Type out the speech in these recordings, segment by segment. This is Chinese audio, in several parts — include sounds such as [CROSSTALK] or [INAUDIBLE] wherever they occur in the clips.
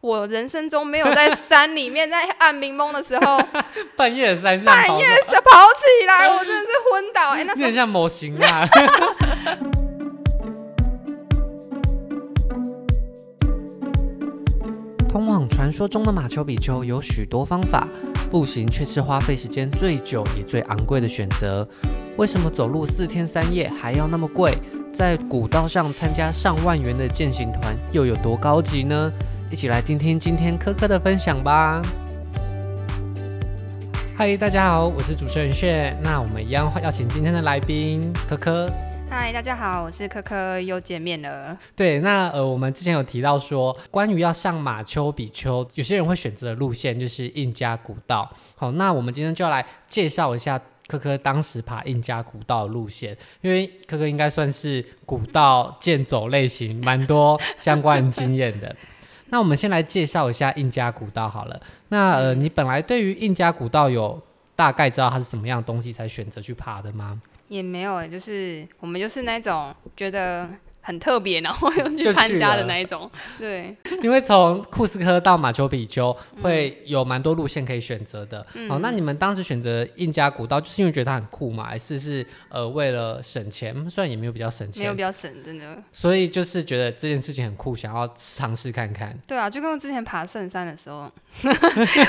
我人生中没有在山里面在暗冥蒙的时候半夜山上半跑夜的，是跑起来，我真的是昏倒。哎、那你时候很像模型啊。 [LAUGHS] 通往传说中的马丘比丘有许多方法，步行却是花费时间最久也最昂贵的选择。为什么走路四天三夜还要那么贵？在古道上参加上万元的践行团又有多高级呢？一起来听听今天科科的分享吧。嗨，大家好，我是主持人炫。那我们一样邀请今天的来宾科科。嗨，大家好，我是科科，又见面了。对，那呃，我们之前有提到说，关于要上马丘比丘，有些人会选择的路线就是印加古道。好，那我们今天就要来介绍一下科科当时爬印加古道的路线，因为科科应该算是古道健走类型蛮多相关经验的。那我们先来介绍一下印加古道好了。那呃，你本来对于印加古道有大概知道它是什么样的东西才选择去爬的吗？也没有，就是我们就是那种觉得很特别，然后又就去去参加了的那一种。对，因为从库斯科到马丘比丘会有蛮多路线可以选择的。嗯好，那你们当时选择印加古道，就是因为觉得它很酷嘛，还是是呃为了省钱？虽然也没有比较省没有钱比，较省，真的。所以就是觉得这件事情很酷，想要尝试看看。 [LAUGHS] 对啊，就跟我之前爬圣山的时候， [LAUGHS]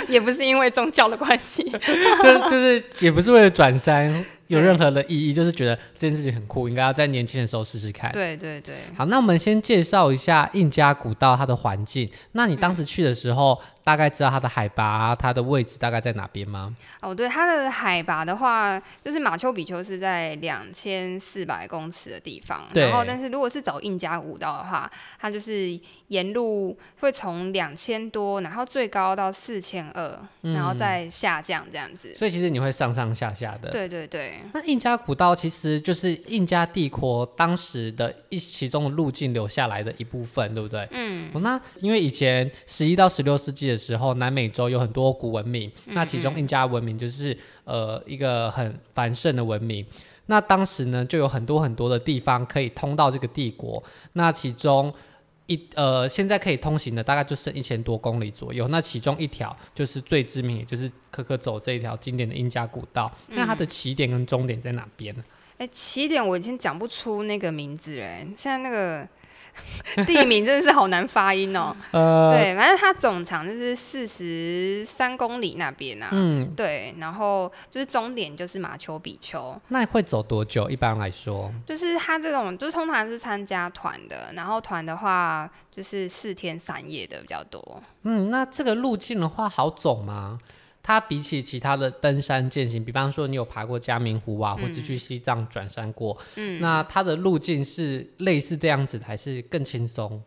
也不是因为宗教的关系，就就是也不是为了转山有对任何的意义，就是觉得这件事情很酷，应该要在年轻的时候试试看。对对对，好，那我们先介绍一下印加古道它的环境。那你嗯当时去的时候，大概知道它的海拔、它的位置大概在哪边吗？哦，对，它的海拔的话，就是马丘比丘是在两千四百公尺的地方，然后对但是如果是走印加古道的话，它就是沿路会从两千多，然后最高到四千二，然后再下降这样子。所以其实你会上上下下嗯的。对对对，那印加古道其实就是印加帝国当时的一其中的路径留下来的一部分，对不对？嗯、那因为以前十一到十六世纪的时候，南美洲有很多古文明，嗯那其中印加文明就是呃一个很繁盛的文明。那当时呢，就有很多很多的地方可以通到这个帝国。那其中一呃，现在可以通行的大概就剩一千多公里左右。那其中一条就是最知名，也就是可可走这一条经典的印加古道。那它的起点跟终点在哪边呢？哎，起点我已经讲不出那个名字哎，现在那个 [LAUGHS] 地名真的是好难发音哦。 [LAUGHS] 呃，对，反正它总长就是四十三公里那边啊。嗯，对，然后就是终点就是马丘比丘，那会走多久？一般来说，就是他这种，就是通常是参加团的，然后团的话就是四天三夜的比较多。嗯，那这个路径的话好走吗？它比起其他的登山健行，比方说你有爬过嘉明湖嗯啊，或者去西藏转山过，嗯，那它的路径是类似这样子的，还是更轻松？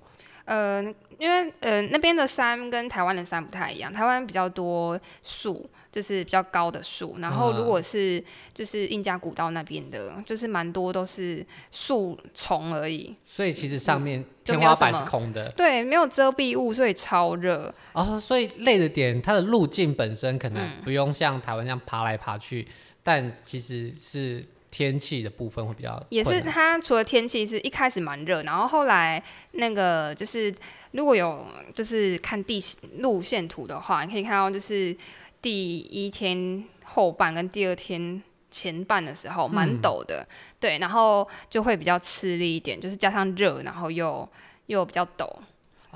呃，因为呃那边的山跟台湾的山不太一样，台湾比较多树，就是比较高的树。然后如果是就是印加古道那边的，就是蛮多都是树丛而已，所以其实上面嗯就天没有花什板么是空的，对，没有遮蔽物，所以超热。哦，所以累的点，它的路径本身可能嗯不用像台湾这样爬来爬去，但其实是天气的部分会比较也是困难它除了天气是一开始蛮热，然后后来那个就是如果有就是看地形路线图的话，你可以看到就是第一天后半跟第二天。前半的时候嗯蛮陡的，对，然后就会比较吃力一点，就是加上热，然后又又比较陡，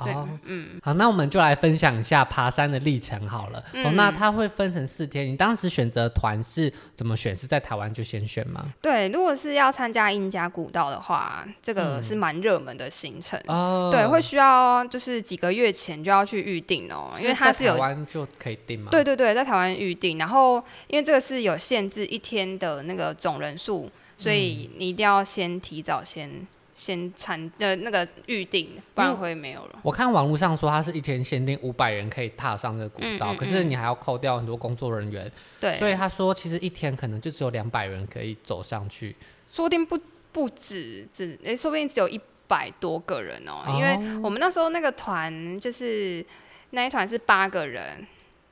对哦，嗯，好，那我们就来分享一下爬山的历程好了。嗯哦，那它会分成四天，你当时选择团是怎么选？是在台湾就先选吗？对。如果是要参加印加古道的话，这个嗯是蛮热门的行程，哦，嗯对，会需要就是几个月前就要去预定哦，因为它是在有台湾就可以定吗？对，对对，在台湾预定，然后因为这个是有限制一天的那个总人数，所嗯以你一定要先提早先先参呃那个预定，不然会没有了。我看网络上说它是一天限定五百人可以踏上这个古道，嗯嗯可是嗯你还要扣掉很多工作人员，所对，以他说其实一天可能就只有两百人可以走上去。说不定不不止只，诶、说不定只有一百多个人哦、因为哦我们那时候那个团就是。那一团是八个人，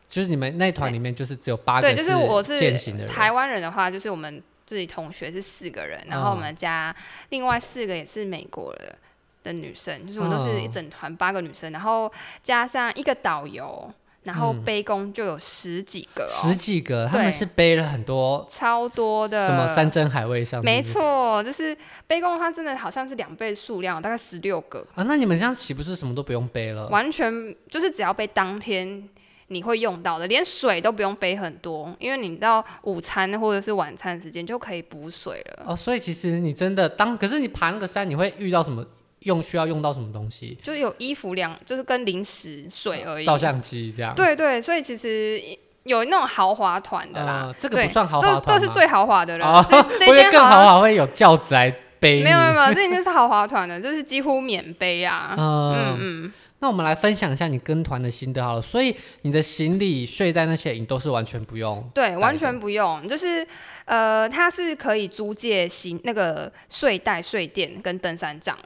就是你们那一团里面就是只有八个对，就是我是践行的人，台湾人的话，就是我们自己同学是四个人，然后我嗯们加另外四个也是美国的的女生，就是我们都是一整团八个女生，然后加上一个导游，然后背工就有十几个、哦，嗯十几个，他们是背了很多超多的，什么山珍海味上，没错，就是背工，它真的好像是两倍数量，大概十六个，啊，那你们这样岂不是什么都不用背了？完全就是只要背当天。你会用到的，连水都不用背很多，因为你到午餐或者是晚餐时间就可以补水了。哦，所以其实你真的当，可是你爬那个山，你会遇到什么用需要用到什么东西？就有衣服两，就是跟零食、水而已。照相机这样。对对，所以其实有那种豪华团的啦、呃，这个不算豪华团，这这是最豪华的了。哦、 [LAUGHS] 这这间更豪华会有轿子来背。没有没有没有，这已经是豪华团的，就是几乎免背啊。嗯嗯。嗯呃那我们来分享一下你跟团的心得好了，所以你的行李、睡袋那些你都是完全不用，对，完全不用，就是呃，它是可以租借行那个睡袋、睡垫跟登山杖，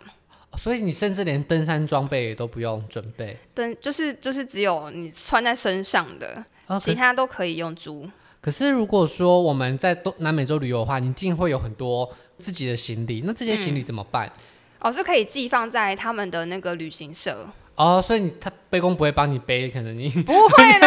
所以你甚至连登山装备都不用准备，登就是就是只有你穿在身上的，哦啊、其他都可以用租。可是如果说我们在东南美洲旅游的话，你一定会有很多自己的行李，那这些行李怎么办？嗯、哦，是可以寄放在他们的那个旅行社。 [LAUGHS] 哦，所以你他背公不会帮你背，可能你 [LAUGHS] 不会的，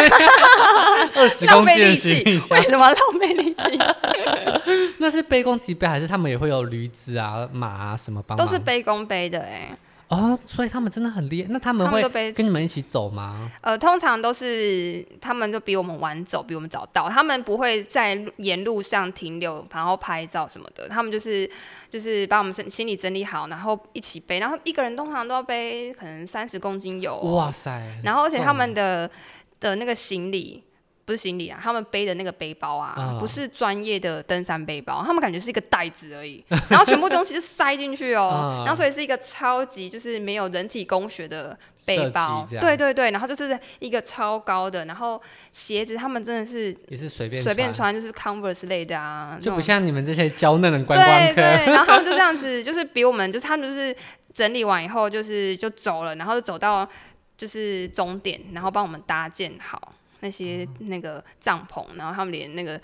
二十浪公费斤力的行气，李 [LAUGHS] 箱为，什么浪费力气？ [LAUGHS] 那是背公自己背，还是他们也会有驴子啊、马啊什么帮 [LAUGHS] 忙？都是背公背的哎、哦，所以他们真的很厉害。那他们他们会都背跟你们一起走吗？呃，通常都是他们就比我们晚走，比我们早到，他们不会在沿路上停留，然后拍照什么的，他们就是就是把我们身行李整理好，然后一起背，然后一个人通常都要背可能三十公斤有、哦，哇塞！然后而且他们重的的那个行李不是行李啊，他们背的那个背包啊，嗯不是专业的登山背包，他们感觉是一个袋子而已，然后全部东西就塞进去哦，嗯然后所以是一个超级就是没有人体工学的设背计包，这样对对对，然后就是一个超高的，然后鞋子他们真的是也是随便随便，穿，就是 Converse 类的啊，就那不种像你们这些娇嫩的观对光客。对，然后他们就这样子，就是比我们，就是他们就是整理完以后，就是就走了，然后就走到就是终点，然后帮我们搭建好那些嗯那个帐篷，然后他们连那个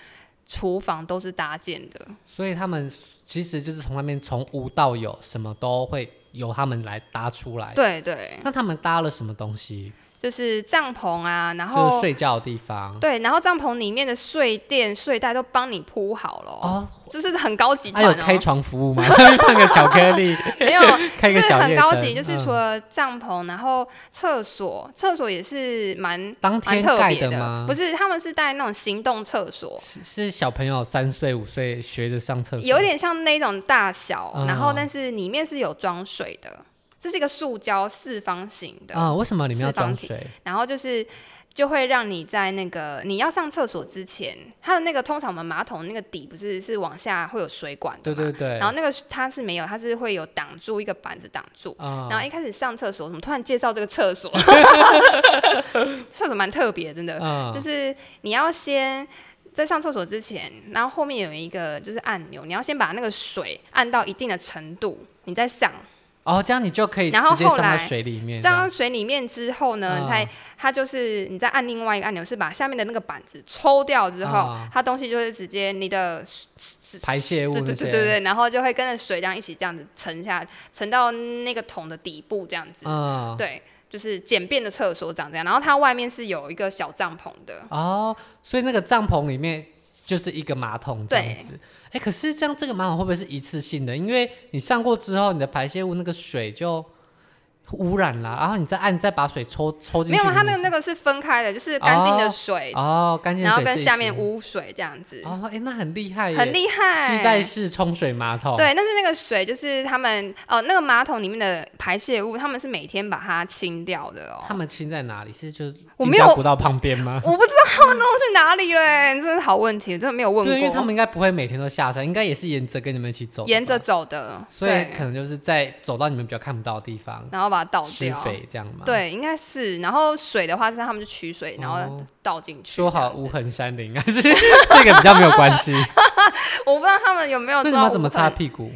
厨房都是搭建的，所以他们其实就是从那边从无到有，什么都会由他们来搭出来。对对，那他们搭了什么东西？就是帐篷啊，然就是后睡觉的地方。对，然后帐篷里面的睡垫、睡袋都帮你铺好了、哦，就是很高级还团有哦、开床服务吗？上面放个巧克力，没有， [LAUGHS] 开就个是小很夜高灯级，就是嗯除了帐篷，然后厕所，厕所也是蛮当蛮天特盖别的吗？不是，他们是带那种行动厕所，是，是小朋友三岁五岁学着上厕所，有点像那种大小，嗯然后但是里面是有装水的，这是一个塑胶四方形的，啊、为什么里面要装四水？然后就是。就会让你在那个你要上厕所之前，它的那个通常我们马桶那个底不是是往下会有水管的对嘛，对对，然后那个它是没有，它是会有挡住一个板子挡住，啊、然后一开始上厕所，怎么突然介绍这个厕 [LAUGHS] 所？厕所蛮特别，真的，嗯就是你要先。在上厕所之前，然后后面有一个就是按钮，你要先把那个水按到一定的程度，你再上。哦，这样你就可以然后直接上后到来水里面，这到样水里面之后呢，嗯你再它就是你再按另外一个按钮，是把下面的那个板子抽掉之后嗯，它东西就会直接你的排泄物对对那对对些，对，然后就会跟着水这样一起这样子沉下，沉到那个桶的底部这样子。嗯，对，就是简便的厕所长这样，然后它外面是有一个小帐篷的，哦，所以那个帐篷里面就是一个马桶这样对子。哎、可是这样这个马桶会不会是一次性的？因为你上过之后，你的排泄物那个水就污染了，然后你再按，再把水抽抽进没去有啊里面，它那个那个是分开的，就是干净的水，哦，干净的然后水跟是一下面起污水这样子，哦，哎、那很厉害耶，很厉害。吸带式冲水马桶，，对，但是那个水就是他们哦，那个马桶里面的排泄物，他们是每天把它清掉的哦。他们清在哪里？是就是我你没脚有不到旁边吗？我不知道他们弄去哪里了欸，真是好问题，真的没有问过。对，因为他们应该不会每天都下山，应该也是沿着跟你们一起走的吧，沿着走的，所以对可，能就是在走到你们比较看不到的地方然后把它倒施掉。肥这样嘛。，对，应该是。然后水的话是他们就取水，然后哦倒进去这说样子。好无痕山林，还是 [LAUGHS] 这个比较没有关系。 [LAUGHS] 我不知道他们有没有做那你到们要怎么无痕擦？屁股？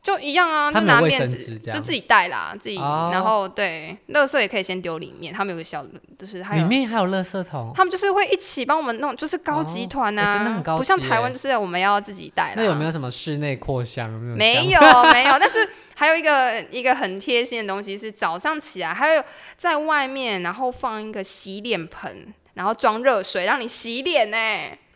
就一样啊，他就们有拿卫面生纸纸这就样自己带啦，自己，哦然后对，垃圾也可以先丢里面，他们有个小，就是还里有。面还有垃圾桶，他们就是会一起帮我们弄，就是高级哦团哎啊，真的很高不像级台湾耶就是我们要自己带啦。那有没有什么室内扩香？有没有没香有 [LAUGHS] 没有，但是还有一个一个很贴心的东西是早上起来，还有在外面，然后放一个洗脸盆，然后装热水让你洗脸呢、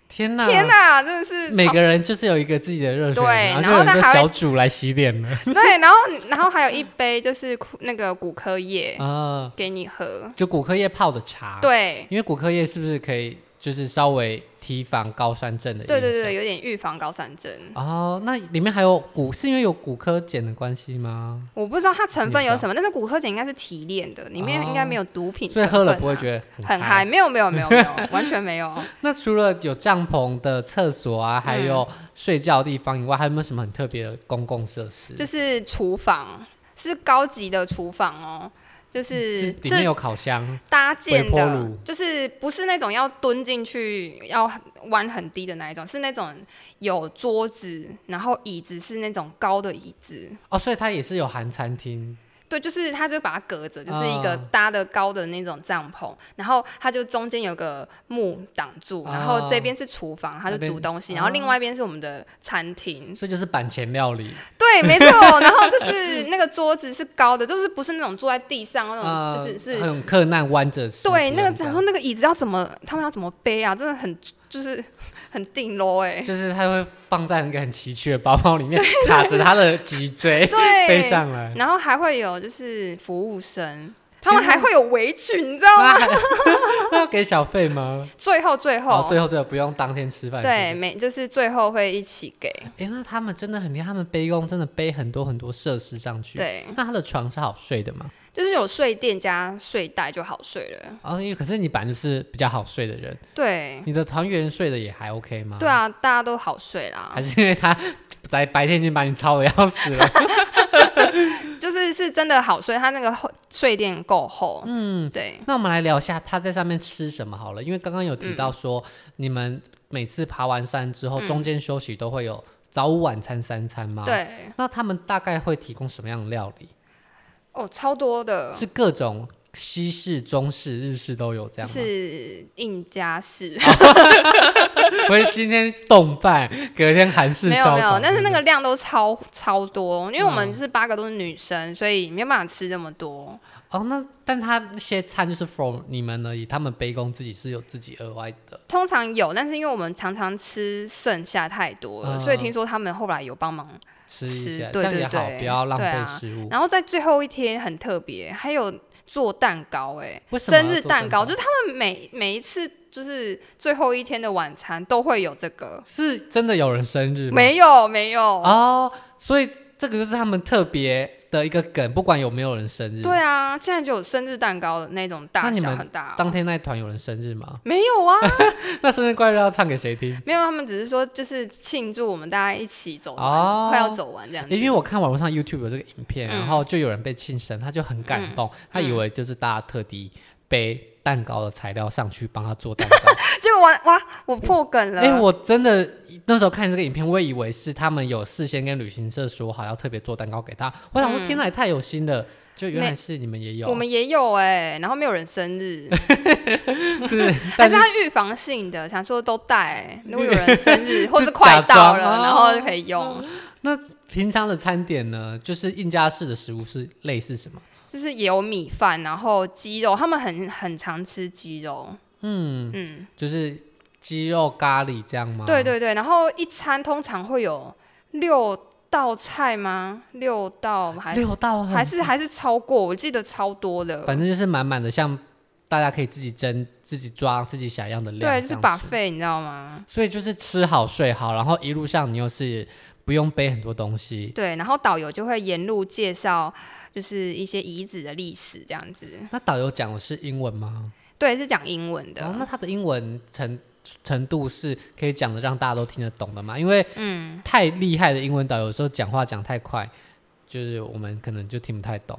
天哪！天哪，真的是每 [LAUGHS] 超个人就是有一个自己的热水，对然然后就有他一个还会小主来洗 [LAUGHS] 脸了对，然后然后还有一杯就是苦那个骨科液啊，给你喝，就骨科叶泡的茶。，对因为骨科叶是不是可以就是稍微提防高山症的？对对对，。有点预防高山症。哦，那里面还有骨，是因为有骨科碱的关系吗？我不知道它成分知道有什么，但是骨科碱应该是提炼的，里面应该没有毒品、成哦所以喝了分不会啊觉得很嗨，嗨。没有没有没有 [LAUGHS] 没有，完全没有。那除了有帐篷的厕所啊，还有嗯睡觉的地方以外，还有没有什么很特别的公共设施？就是厨房，是高级的厨房哦，就是嗯是里面有烤箱，搭建微波的炉，就是不是那种要蹲进去要弯很低的那一种，是那种有桌子，然后椅子是那种高的椅子。哦，所以它也是有含餐厅，对，就是它就把它隔着，就是一个嗯搭的高的那种帐篷，然后它就中间有个幕挡住，然后这哦边是厨房，它就那边煮东西，然后另哦外一边是我们的餐厅，所以就是板前料理。对，没错。然后就是那个桌子是高的，就是不是那种坐在地上那啊，种，嗯就是是。很困难弯着吃。对，不那个用这想样啊说那个椅子要怎么，他们要怎么背啊？真的很就是很顶楼 [LAUGHS] 哎。就是它会放在那个很崎岖的包包里面， [LAUGHS] 卡着他的脊椎飞对，上来。然后还会有就是服务生，他们还会有围裙，你 [LAUGHS] 知道吗？那还那要给小费吗？最后最哦后，，最后最后不用当天吃饭。对，每就是最后会一起给。哎，那他们真的很厉害，他们背工真的背很多很多设施上去。，对，那他的床是好睡的吗？就是有睡垫加睡袋就好睡了。哦，因为可是你本来就是比较好睡的人，对，你的团员睡的也还 OK 吗？对，啊，大家都好睡啦还。是因为他在白天已经把你操的要死了。 [LAUGHS] 就是是真的好睡，它那个厚睡垫够厚。嗯，对，那我们来聊一下他在上面吃什么好了，因为刚刚有提到嗯说、你们每次爬完山之后，中间休息都会有早午晚餐三餐吗？。对，那他们大概会提供什么样的料理？哦，超多的，是各种西式、中式、日式都有就这样吗？哦是印加式， [LAUGHS] 我是今天冻饭，隔天韩式没有烧烤。没有，但是那对嗯个量都超超多，因为我们就是八个都是女生，所以没有办法吃这么多。不对哦，那但他那些餐就是 from 你们而已，他们杯工自己是有自己额外的。通常有，但是因为我们常常吃剩下太多了，嗯哦所以听说他们后来有帮忙。吃吃一下，对这样也对好，对不要浪对费啊食物。然后在最后一天很特别，还有做蛋糕、哎，为什么生要日做蛋蛋糕，糕就是他们每每一次就是最后一天的晚餐都会有这个。是真的有人生日吗？没有没有，哦，所以这个就是他们特别的一个梗，不管有没有人生日。对，啊，现在就有生日蛋糕的那种大那你小们很大哦、当天那一团有人生日吗？ [LAUGHS] 没有啊，那生日快乐要唱给谁听？没有，他们只是说就是庆祝我们大家一起走完，哦快要走完这样子。因为我看网络上 YouTube 有这个影片，嗯然后就有人被庆生，他就很感动，他以为就是大家特地背蛋糕的材料上去帮他做蛋糕。 [LAUGHS] 就完哇，我破梗了。哎、我真的那时候看这个影片，我也以为是他们有事先跟旅行社说好要特别做蛋糕给他，我想说、天哪，也太有心了。就原嗯来没是你们也有，我们也有哎、然后没有人生日，[LAUGHS] [LAUGHS] 对，但但是是他预防性的，想说都带、如果有人生 [LAUGHS] 日或是就快假到装了，哦然后就可以用，平常的餐点呢，就是印加式的食物是类似什么？就是也有米饭，然后鸡肉，他们很很常吃鸡肉，嗯嗯，就是鸡肉咖喱这样吗？对，对对，然后一餐通常会有六道菜吗？六道还六道很还是还是超过，我记得超多的。反正就是满满的，像大家可以自己蒸、自己抓、自己想要的量，对，就是这样把吃费，你知道吗？所以就是吃好睡好，然后一路上你又是不用背很多东西。对，然后导游就会沿路介绍，就是一些遗址的历史这样子。那导游讲的是英文吗？对，是讲英文的。哦，那他的英文程程度是可以讲的让大家都听得懂的吗？因为嗯，太厉害的英文导游有时候讲话讲太快，就是我们可能就听不太懂。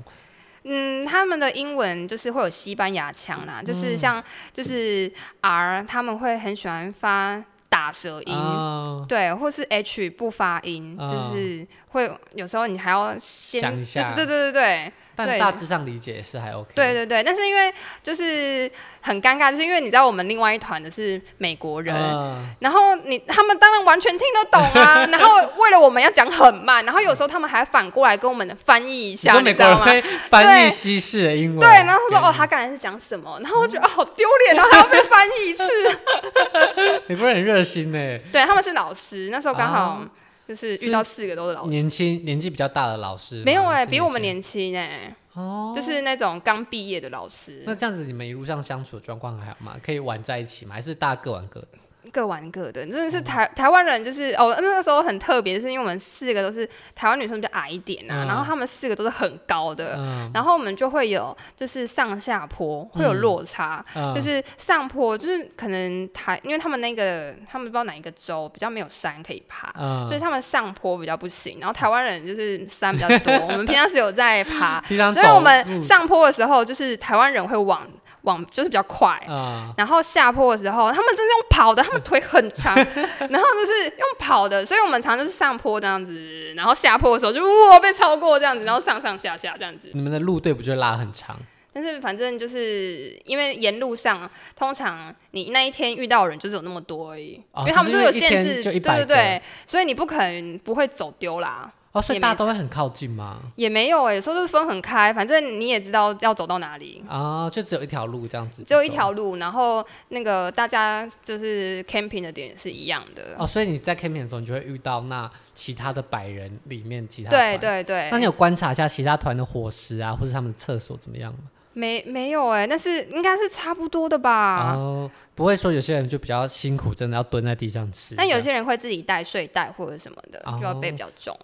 嗯，他们的英文就是会有嗯西班牙腔啦，就是像就是 R，他们会很喜欢发打舌音，啊，对，或是 H 不发音，嗯就是会有时候你还要想先，一下就是对对对对但对大致上理解是还 OK。对对对，但是因为就是很尴尬，就是因为你知道我们另外一团的是美国人，嗯然后你他们当然完全听得懂啊，然 [LAUGHS] 后为了我们要讲很慢，然后有时候他们还反过来跟我们翻译一你下，说你美知国道人吗？会翻译西式的英文，对，然后他说哦，给他刚才是讲什么？然后我嗯觉得、哦好丢脸，然后还要被翻译 [LAUGHS] 一次。你哦美国人很热心呢，对，他们是老师，那时候刚好啊就是是遇到四个都是老师，年轻年纪比较大的老师吗，没有哎、还是比我们轻年轻哎、哦，就是那种刚毕业的老师，那这样子你们一路上相处的状况还好吗？可以玩在一起吗？还是大家各 [LAUGHS] 玩各的？各玩各的，真的哦是台、台湾人就是哦，那个时候很特别，就是因为我们四个都是台湾女生比较矮一点啊，嗯然后她们四个都是很高的，嗯，然后我们就会有就是上下坡会有嗯落差，嗯就是上坡就是可能台，因为他们那个他们不知道哪一个州比较没有山可以爬。嗯所以他们上坡比较不行，然后台湾人就是山比较多，我们平常是有在爬，平常所以我走路嗯们上坡的时候，就是台湾人会往往就是比较快，啊，然后下坡的时候，他们真是用跑的，他们腿很 [LAUGHS] 长，然后就是用跑的，所以我们常就是上坡这样子，然后下坡的时候就哇被超过这样子，然后上上下下这样子。你们的路队不就拉很长？但是反正就是因为沿路上，通常你那一天遇到的人就是有那么多而已，哦因为他们就是有因为一限天制，就对100对对，所以你不可能不会走丢啦。哦，所以也大家没都会很靠近吗？也没有哎、有时候就是分很开，反正你也知道要走到哪里，啊，就只有一条路这样子，只有一。条路，然后那个大家就是 camping 的点是一样的。哦，所以你在 camping 的时候，你就会遇到那其他的百人里面其他对团。对对，那你有观察一下其他团的伙食啊，或者他们的厕所怎么样吗？没没有哎、但是应该是差不多的吧。哦，不会说有些人就比较辛苦，真的要蹲在地上吃。但这有样些人会自己带睡袋或者什么的，哦就要背比较重。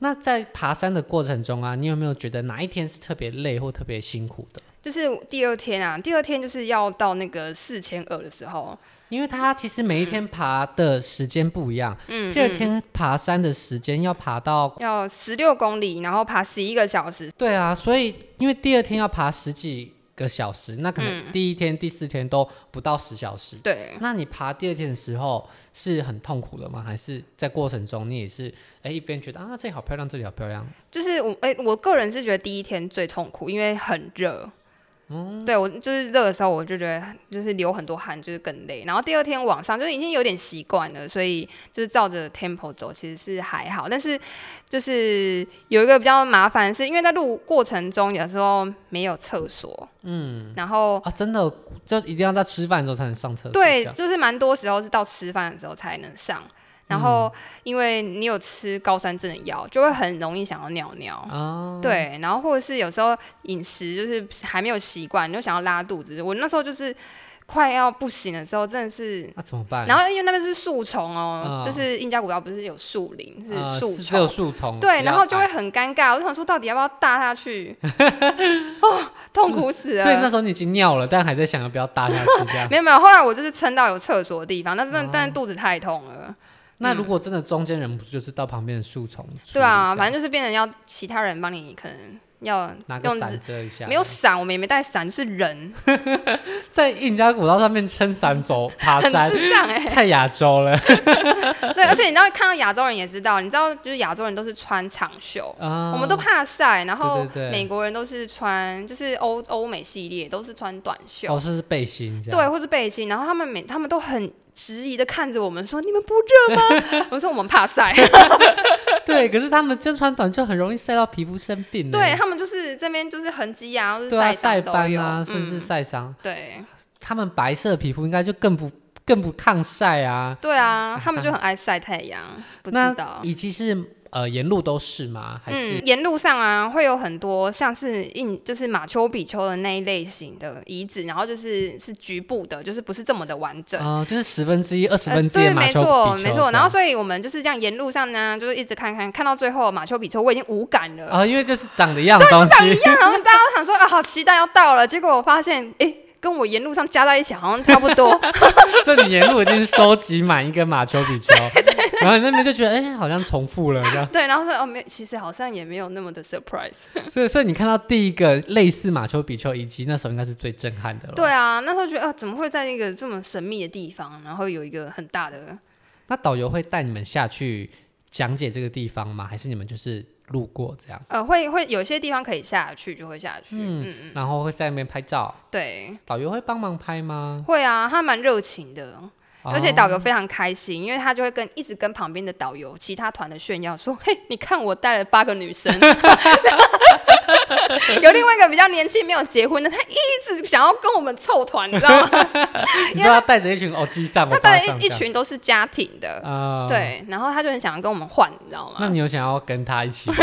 那在爬山的过程中啊，你有没有觉得哪一天是特别累或特别辛苦的？就是第二天啊，第二天就是要到那个四千二的时候，因为它其实每一天爬的时间不一样，嗯，第二嗯天爬山的时间要爬到，要十六公里，然后爬十一个小时。对啊，所以因为第二天要爬十几个小时，那可能第一天、第四天都不到十小时。嗯对，那你爬第二天的时候是很痛苦的吗？还是在过程中你也是哎一边觉得啊这里好漂亮，这里好漂亮，就是我哎、我个人是觉得第一天最痛苦，因为很热。对我就是热的时候，我就觉得就是流很多汗，就是更累。然后第二天晚上就是已经有点习惯了，所以就是照着 tempo 走，其实是还好。但是就是有一个比较麻烦的是，因为在路过程中有时候没有厕所，嗯，然后啊真的就一定要在吃饭的时候才能上厕所。对，这样就是蛮多时候是到吃饭的时候才能上。然后，因为你有吃高山症的药，就会很容易想要尿尿。啊，对，然后或者是有时候饮食就是还没有习惯，你就想要拉肚子。我那时候就是快要不行的时候，真的是。那、怎么办？然后因为那边是树丛哦，哎嗯就是印加古道不是有树林，呃是树是只有丛。树丛，对，比然较后就矮会很尴尬，我就想说到底要不要搭下 [LAUGHS] 去？哦，痛苦死了。所以那时候你已经尿了，但还在想要不要搭下去这样。没有没有，后来我就是撑到有厕所的地方，嗯但是真的、但是肚子太痛了。那如果真的中间人不就是到旁边的树丛？嗯对啊，处理这样反正就是变成要其他人帮你，可能要拿个用伞遮一下。没有伞，我们也没带伞，就是人在印加古道上面撑伞走爬 [LAUGHS] 很山，智障哎、 [LAUGHS] 太亚洲了对，而且你知道看到亚洲人也知道，你知道就是亚洲人都是穿长袖，[LAUGHS] 啊！我们都怕晒，然后对对对美国人都是穿就是欧欧美系列都是穿短袖，哦是背心这样。对，或是背心，然后他们每他们都很质疑的看着我们说你们不热吗？ [LAUGHS] 我说我们怕晒，对可是他们就穿短袖很容易晒到皮肤生病呢。欸对他们就是这边就是痕迹啊，或是对啊，晒晒伤都斑有，啊，甚至嗯、晒伤。对他们白色的皮肤应该就更不更不抗晒啊。对啊，他们就很爱晒太阳，不知那道。以及是呃沿路都是吗？还是哦嗯，沿路上啊，会有很多像是印，就是马丘比丘的那一类型的遗址，然后就是是局部的，就是不是这么的完整。啊，就是十分之一、二十呃分之一对，的马没丘比错，丘没这错。样然后，所以我们就是这样沿路上呢，就是一直看看，看到最后马丘比丘，我已经无感了。啊，因为就是长得一样的东西，这样， [LAUGHS] 然后大家都想说啊，好期待要到了。结果我发现，哎、跟我沿路上加在一起好像差不 [LAUGHS] 多。 [LAUGHS] 这你沿路已经收集满一个马丘比丘，然后你那边就觉得哎、好像重复了 [LAUGHS] 这样。对，然后说哦，没有，其实好像也没有那么的 surprise。所以，所以你看到第一个类似马丘比丘遗迹，那时候应该是最震撼的了。哦对啊，那时候觉得啊，怎么会在那个这么神秘的地方，然后有一个很大的那导游会带你们下去讲解这个地方吗？还是你们就是路过这样？呃，会会有些地方可以下去，就会下去。嗯嗯，然后会在那边拍照，对，导游会帮忙拍吗？会啊，他蛮热情的。哦而且导游非常开心，因为他就会跟一直跟旁边的导游、其他团的炫耀说：“嘿，你看我带了八个女生。”有另外一个比较年轻没有结婚的，他一直想要跟我们凑团，你知道吗？哦你说他带着一群欧基上，他欧巴带了桑一一这样群都是家庭的，啊，。对，然后他就很想要跟我们换，你知道那吗？你有想要跟他一起吗？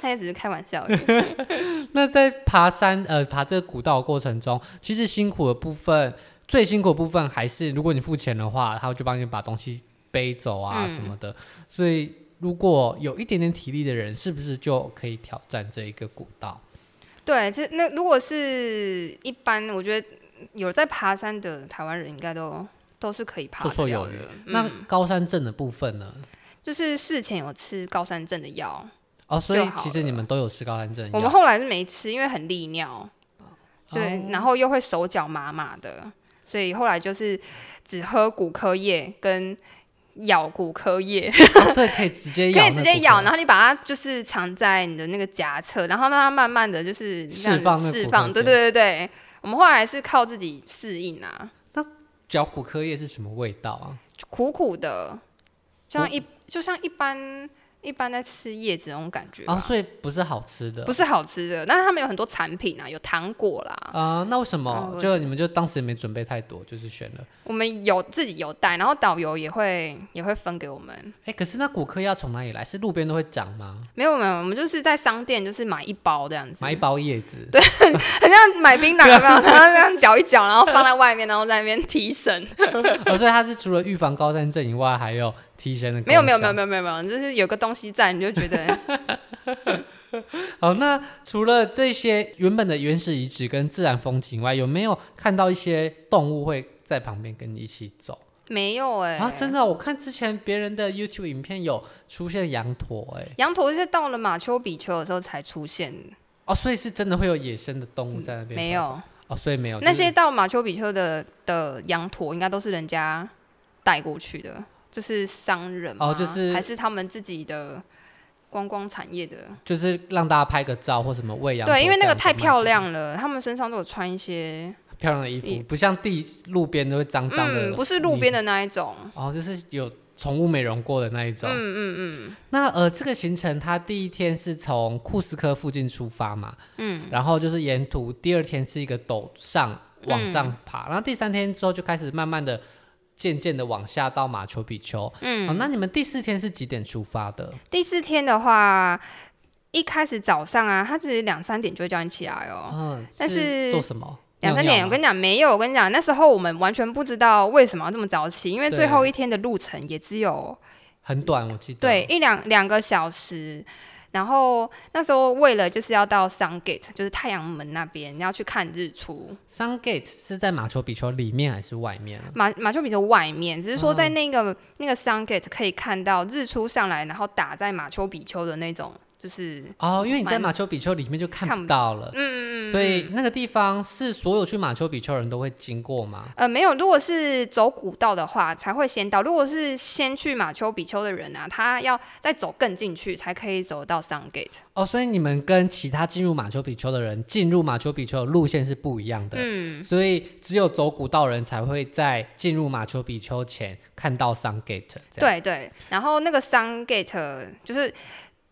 他也只是开玩笑而已。那在爬山呃爬这个古道的过程中，其实辛苦的部分，最辛苦的部分还是如果你付钱的话，他就帮你把东西背走啊嗯什么的。所以如果有一点点体力的人，是不是就可以挑战这一个古道？对，其实那如果是一般，我觉得有在爬山的台湾人应该都都是可以爬绰得绰了有的余。。嗯那高山症的部分呢？就是事前有吃高山症的药，哦，所以就好其实你们都有吃高山症我们药。后来是没吃，因为很利尿，对，哦然后又会手脚麻麻的，所以后来就是只喝骨科液跟咬骨科液，哦这可以直接咬 [LAUGHS] 可以那骨头，直接咬，然后你把它就是藏在你的那个夹侧，然后让它慢慢的就是释让你放那释骨放，头对间对对对。我们后来是靠自己适应啊，嚼骨科液是什么味道啊？就苦苦的，就苦像一就像一般一般在吃叶子那种感觉吧、哦，所以不是好吃的。啊不是好吃的。但是他们有很多产品啊，有糖果啦，啊、那为什啊么为就你们就当时也没准备太多，就是选了？我们有自己有带，然后导游也会也会分给我们。哎、可是那骨科要从哪里来？是路边都会长吗？没有没有，我们就是在商店就是买一包这样子，买一包叶 [LAUGHS] 子，很像买槟 [LAUGHS] 榔有没有？然后这样搅一搅，然后放在外面，然后在那边提 [LAUGHS] 神。哦，所以它是除了预防高山症以外，还有提升的。没有没有没有。没有没有没有，就是有个东西在，你就觉得好，哦那除了这些原本的原始遗址跟自然风景以外，有没有看到一些动物会在旁边跟你一起走、没有哎、啊？真的哦、我看之前别人的 YouTube 影片有出现羊驼、哎，羊驼是到了马丘比丘的时候才出现，哦，所以是真的会有野生的动物在那边、没，有哦，所以没有那就是些到马丘比丘的的羊驼，应该都是人家带过去的，就是商人哦吗就是还是他们自己的观光产业的。就是让大家拍个照或什么喂羊驼这样子卖给你。对，因为那个太漂亮了，他们身上都有穿一些，漂亮的衣服，不像地路边都会脏脏的、嗯，不是路边的那一种，你，哦，就是有宠物美容过的那一种。嗯嗯嗯，那呃，这个行程它第一天是从库斯科附近出发嘛，嗯，然后就是沿途第二天是一个陡上往上嗯爬，然后第三天之后就开始慢慢的。渐渐的往下到马丘比丘，嗯、那你们第四天是几点出发的？第四天的话，一开始早上啊，他只是两三点就会叫你起来哦。嗯，但是做什么？两三尿点，尿我吗跟你讲，没有，我跟你讲，那时候我们完全不知道为什么要这么早起，因为对最后一天的路程也只有很短，我记得。对，一两两个小时。然后那时候为了就是要到 Sun Gate，就是太阳门那边，你要去看日出。 ，Sun Gate 是在马丘比丘里面还是外面啊？马马丘比丘外面，只是说在那个、那个 Sun Gate 可以看到日出上来，然后打在马丘比丘的那种，就是哦，因为你在蛮马丘比丘里面就看看不不到了，嗯，所以那个地方是所有去马丘比丘的人都会经过吗？呃没有，如果是走古道的话才会先到，如果是先去马丘比丘的人啊，他要再走更进去才可以走到 Sun Gate。哦，所以你们跟其他进入马丘比丘的人进入马丘比丘的路线是不一样的，嗯，所以只有走古道人才会在进入马丘比丘前看到 Sun Gate。，对对，然后那个 Sun Gate 就是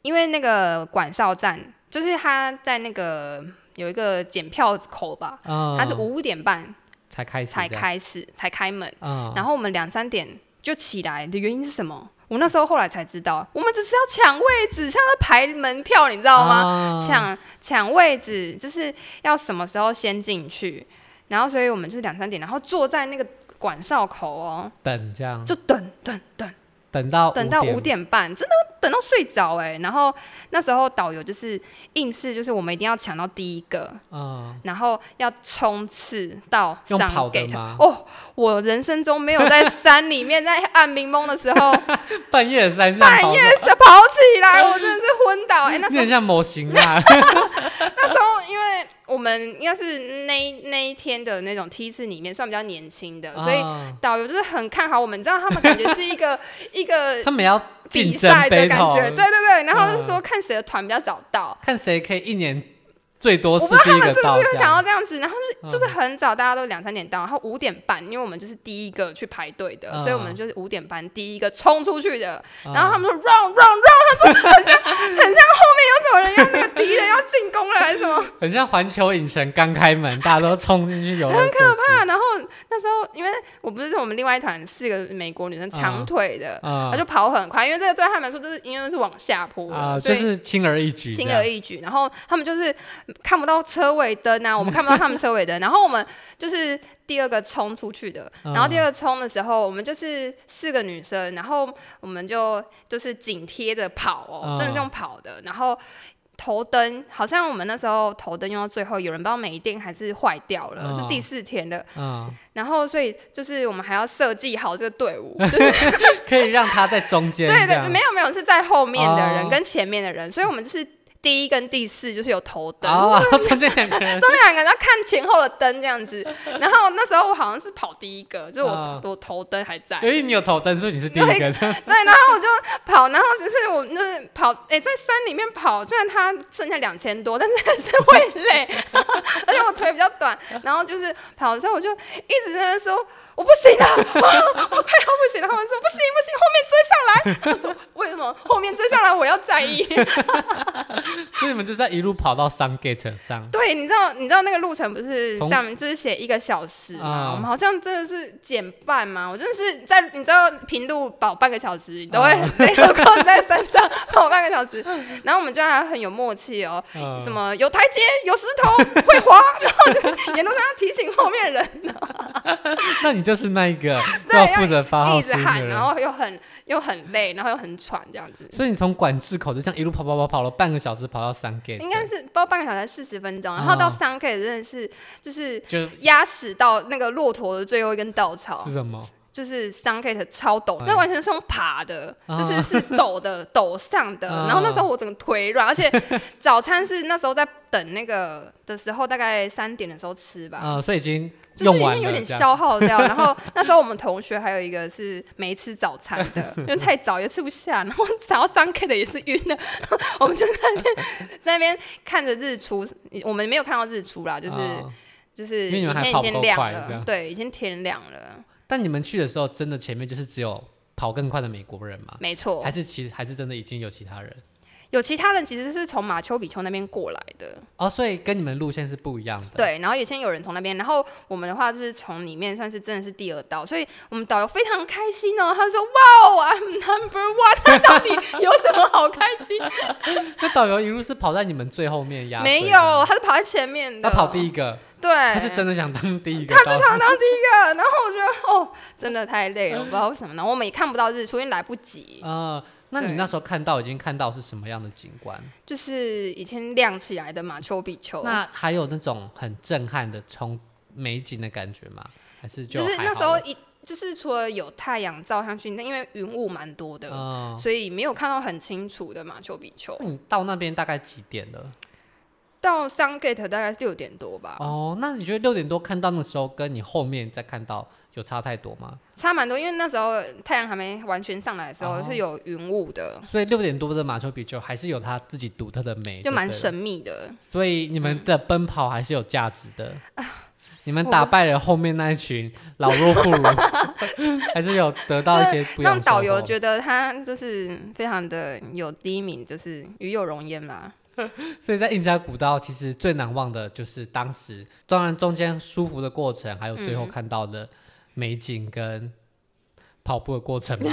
因为那个管哨站，就是他在那个有一个检票口吧，嗯，他是五点半才开始才这样，开始才开门。嗯，然后我们两三点就起来的原因是什么？我那时候后来才知道，我们只是要抢位置，像在排门票，你知道吗？啊抢抢位置就是要什么时候先进去，然后所以我们就是两三点，然后坐在那个管哨口哦，等这样，就等等等等到等到五，点半，真的等到睡着哎、然后那时候导游就是硬是就是我们一定要抢到第一个，嗯，然后要冲刺到用上跑的 gate 吗哦，我人生中没有在山里面在暗迷蒙的时候 [LAUGHS] 半夜的山上半跑夜的，是跑起来，我真的是昏倒。哎、那你时候很像模型啊，那时候因为我们应该是那一那一天的那种梯次里面算比较年轻的， [LAUGHS] 所以啊导游就是很看好我们，你知道他们感觉是一个 [LAUGHS] 一个他们要竞比争赛的 battle，感觉，对对对，然后嗯就是说看谁的团比较早到。看谁可以一年最多我是不知道第他一们个是不到是这会想要样。这样子，然后嗯就是很早，大家都两三点到，然后五点半，因为我们就是第一个去排队的，嗯所以我们就是五点半第一个冲出去的。嗯然后他们说 run run run，他说很像很像后面有什么人要那个敌人要进攻了还是什么？很像环球影城刚开 [LAUGHS] 门，大家都冲进去游乐设施。啊，然后那时候因为我不是说我们另外一团四个美国女嗯生长腿的，她、啊就跑很快，因为这个对他们来说，这是因为是往下坡的，啊，所就以。是轻而易举这样，轻而易举，然后他们就是看不到车尾灯啊，我们看不到他们车尾灯，然后我们就是第二个冲出去的，嗯然后第二个冲的时候，我们就是四个女生，然后我们就就是紧贴着跑哦，嗯真的是用跑的，然后。头灯好像我们那时候头灯用到最后，有人不知道没电还是坏掉了，嗯就第四天了。嗯，然后所以就是我们还要设计好这个队 [LAUGHS] 伍，就是可以让他在中间对这对，样。没有没有，是在后面的人哦跟前面的人，所以我们就是第一跟第四就是有头灯，啊，中间两个人中间两个人要看前后的灯这样子。然后那时候我好像是跑第一个，就是我、哦我头灯还在，因为你有头灯，所以你是第一个。这样 [LAUGHS] 对，然后我就跑，然后只是我就是跑，哎、在山里面跑，虽然它剩下两千多，但是还是会累， [LAUGHS] 而且我腿比较短，然后就是跑的时候我就一直在那边说。我不行了，我我快要不行了。他们说不行不行，后面追上来。我 [LAUGHS] 说为什么后面追上来我要在意？所以你们就是要一路跑到 Sun Gate 上。对，你知道你知道那个路程不是从上面就是写一个小时吗？啊我们好像真的是减半吗？我真的是在你知道平路跑半个小时，你都会啊没有空在山上跑半个小时，然后我们就还很有默契哦。嗯什么有台阶，有石头，会滑，然后就是沿路上要提醒后面的人，那你就是那一个就对要负责发号一施直令的喊，人然。后又很又很累，然后又很喘这样子。所以你从管制口就这样一路跑跑跑跑了半个小时，跑到 Sun Gate，应该是包半个小时四十分钟，然后到啊三 K 真的是就是就压死到那个骆驼的最后一根稻草是，什么？就是三 K 的超陡，哎那完全是用爬的，啊就是是陡 [LAUGHS] 的、陡上的。啊然后那时候我整个腿软，而且早餐是那时候在等那个的时候，大概三点的时候吃吧，啊，所以已经就是用已完经有了点这样。消耗掉。 [LAUGHS] 然后那时候我们同学还有一个是没吃早餐 [LAUGHS] 的，因为太早也吃不下，然后想要三 K 的也是晕的， [LAUGHS] 我们就在那边在那边看着日出，我们没有看到日出啦，就是、啊就是因为你已们还经已跑经够亮快这了，样对，已经天亮了，但你们去的时候，真的前面就是只有跑更快的美国人吗？没错还。是其还是真的已经有其他人？有其他人其实是从马丘比丘那边过来的，哦，所以跟你们路线是不一样的。，对，然后也先有人从那边，然后我们的话就是从里面算是真的是第二道，所以我们导游非常开心哦，他说哇哦，I'm number one，他 [LAUGHS] 到底有什么好开 [LAUGHS] 心？那导游一路是跑在你们最后面压。没有，，他是跑在前面的，他跑第一，个，对，他他是真的想当第一个他到。就想当第一个，然后我觉得 [LAUGHS] 哦，真的太累了，我不知道为什么，然后我们也看不到日出，因为来不及，啊、那你对那时候看到已经看到是什么样的景观？就是已经亮起来的马丘比丘，那还有那种很震撼的冲美景的感觉吗？还是就就是还那好时候了，一就是除了有太阳照上去，那因为云雾蛮多的，嗯，所以没有看到很清楚的马丘比丘。那你到那边大概几点了？到 Sun Gate 大概六点多吧，哦，那你觉得六点多看到那时候，跟你后面再看到有差太多吗？差蛮多，因为那时候太阳还没完全上来的时候哦是有云雾的，所以六点多的马丘比丘还是有它自己独特的美，就蛮对神了。秘的。所以你们的奔跑还是有价值的。你们我打不败了后面那一群老弱妇 [LAUGHS] 孺，还是有得到一些不一样让的导收游获觉得他就是非常的有第一名，就是与有荣焉 [LAUGHS] 啦。所以在印加古道，其实最难忘的就是当时，当然中间舒服的过程，还有最嗯后看到的美景跟跑步的过程嘛。 [LAUGHS]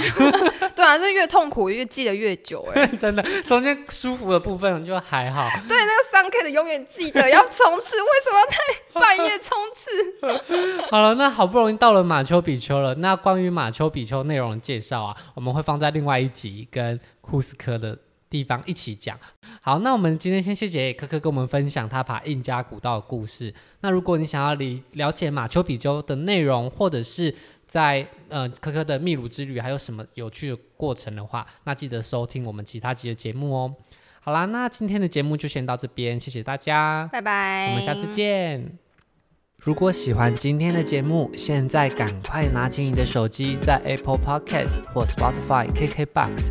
对啊，是越痛苦越记得越久哎、真的，中间舒服的部分就还好。对，那个 Sun Gate 永远记得要冲刺，为什么要在半夜冲 [LAUGHS] 刺？好了，那好不容易到了马丘比丘了，那关于马丘比丘内容的介绍啊，我们会放在另外一集跟库斯科的地方一起讲。好，那我们今天先谢谢科科跟我们分享他爬印加古道的故事。那如果你想要理了解马丘比丘的内容，或者是在呃科科的秘鲁之旅还有什么有趣的过程的话，那记得收听我们其他集的节目哦。好好啦，那今天的节目就先到这边，谢谢大家，拜拜，我们下次见。如果喜欢今天的节目，现在赶快拿起你的手机，在 Apple Podcast 或 Spotify、KKBox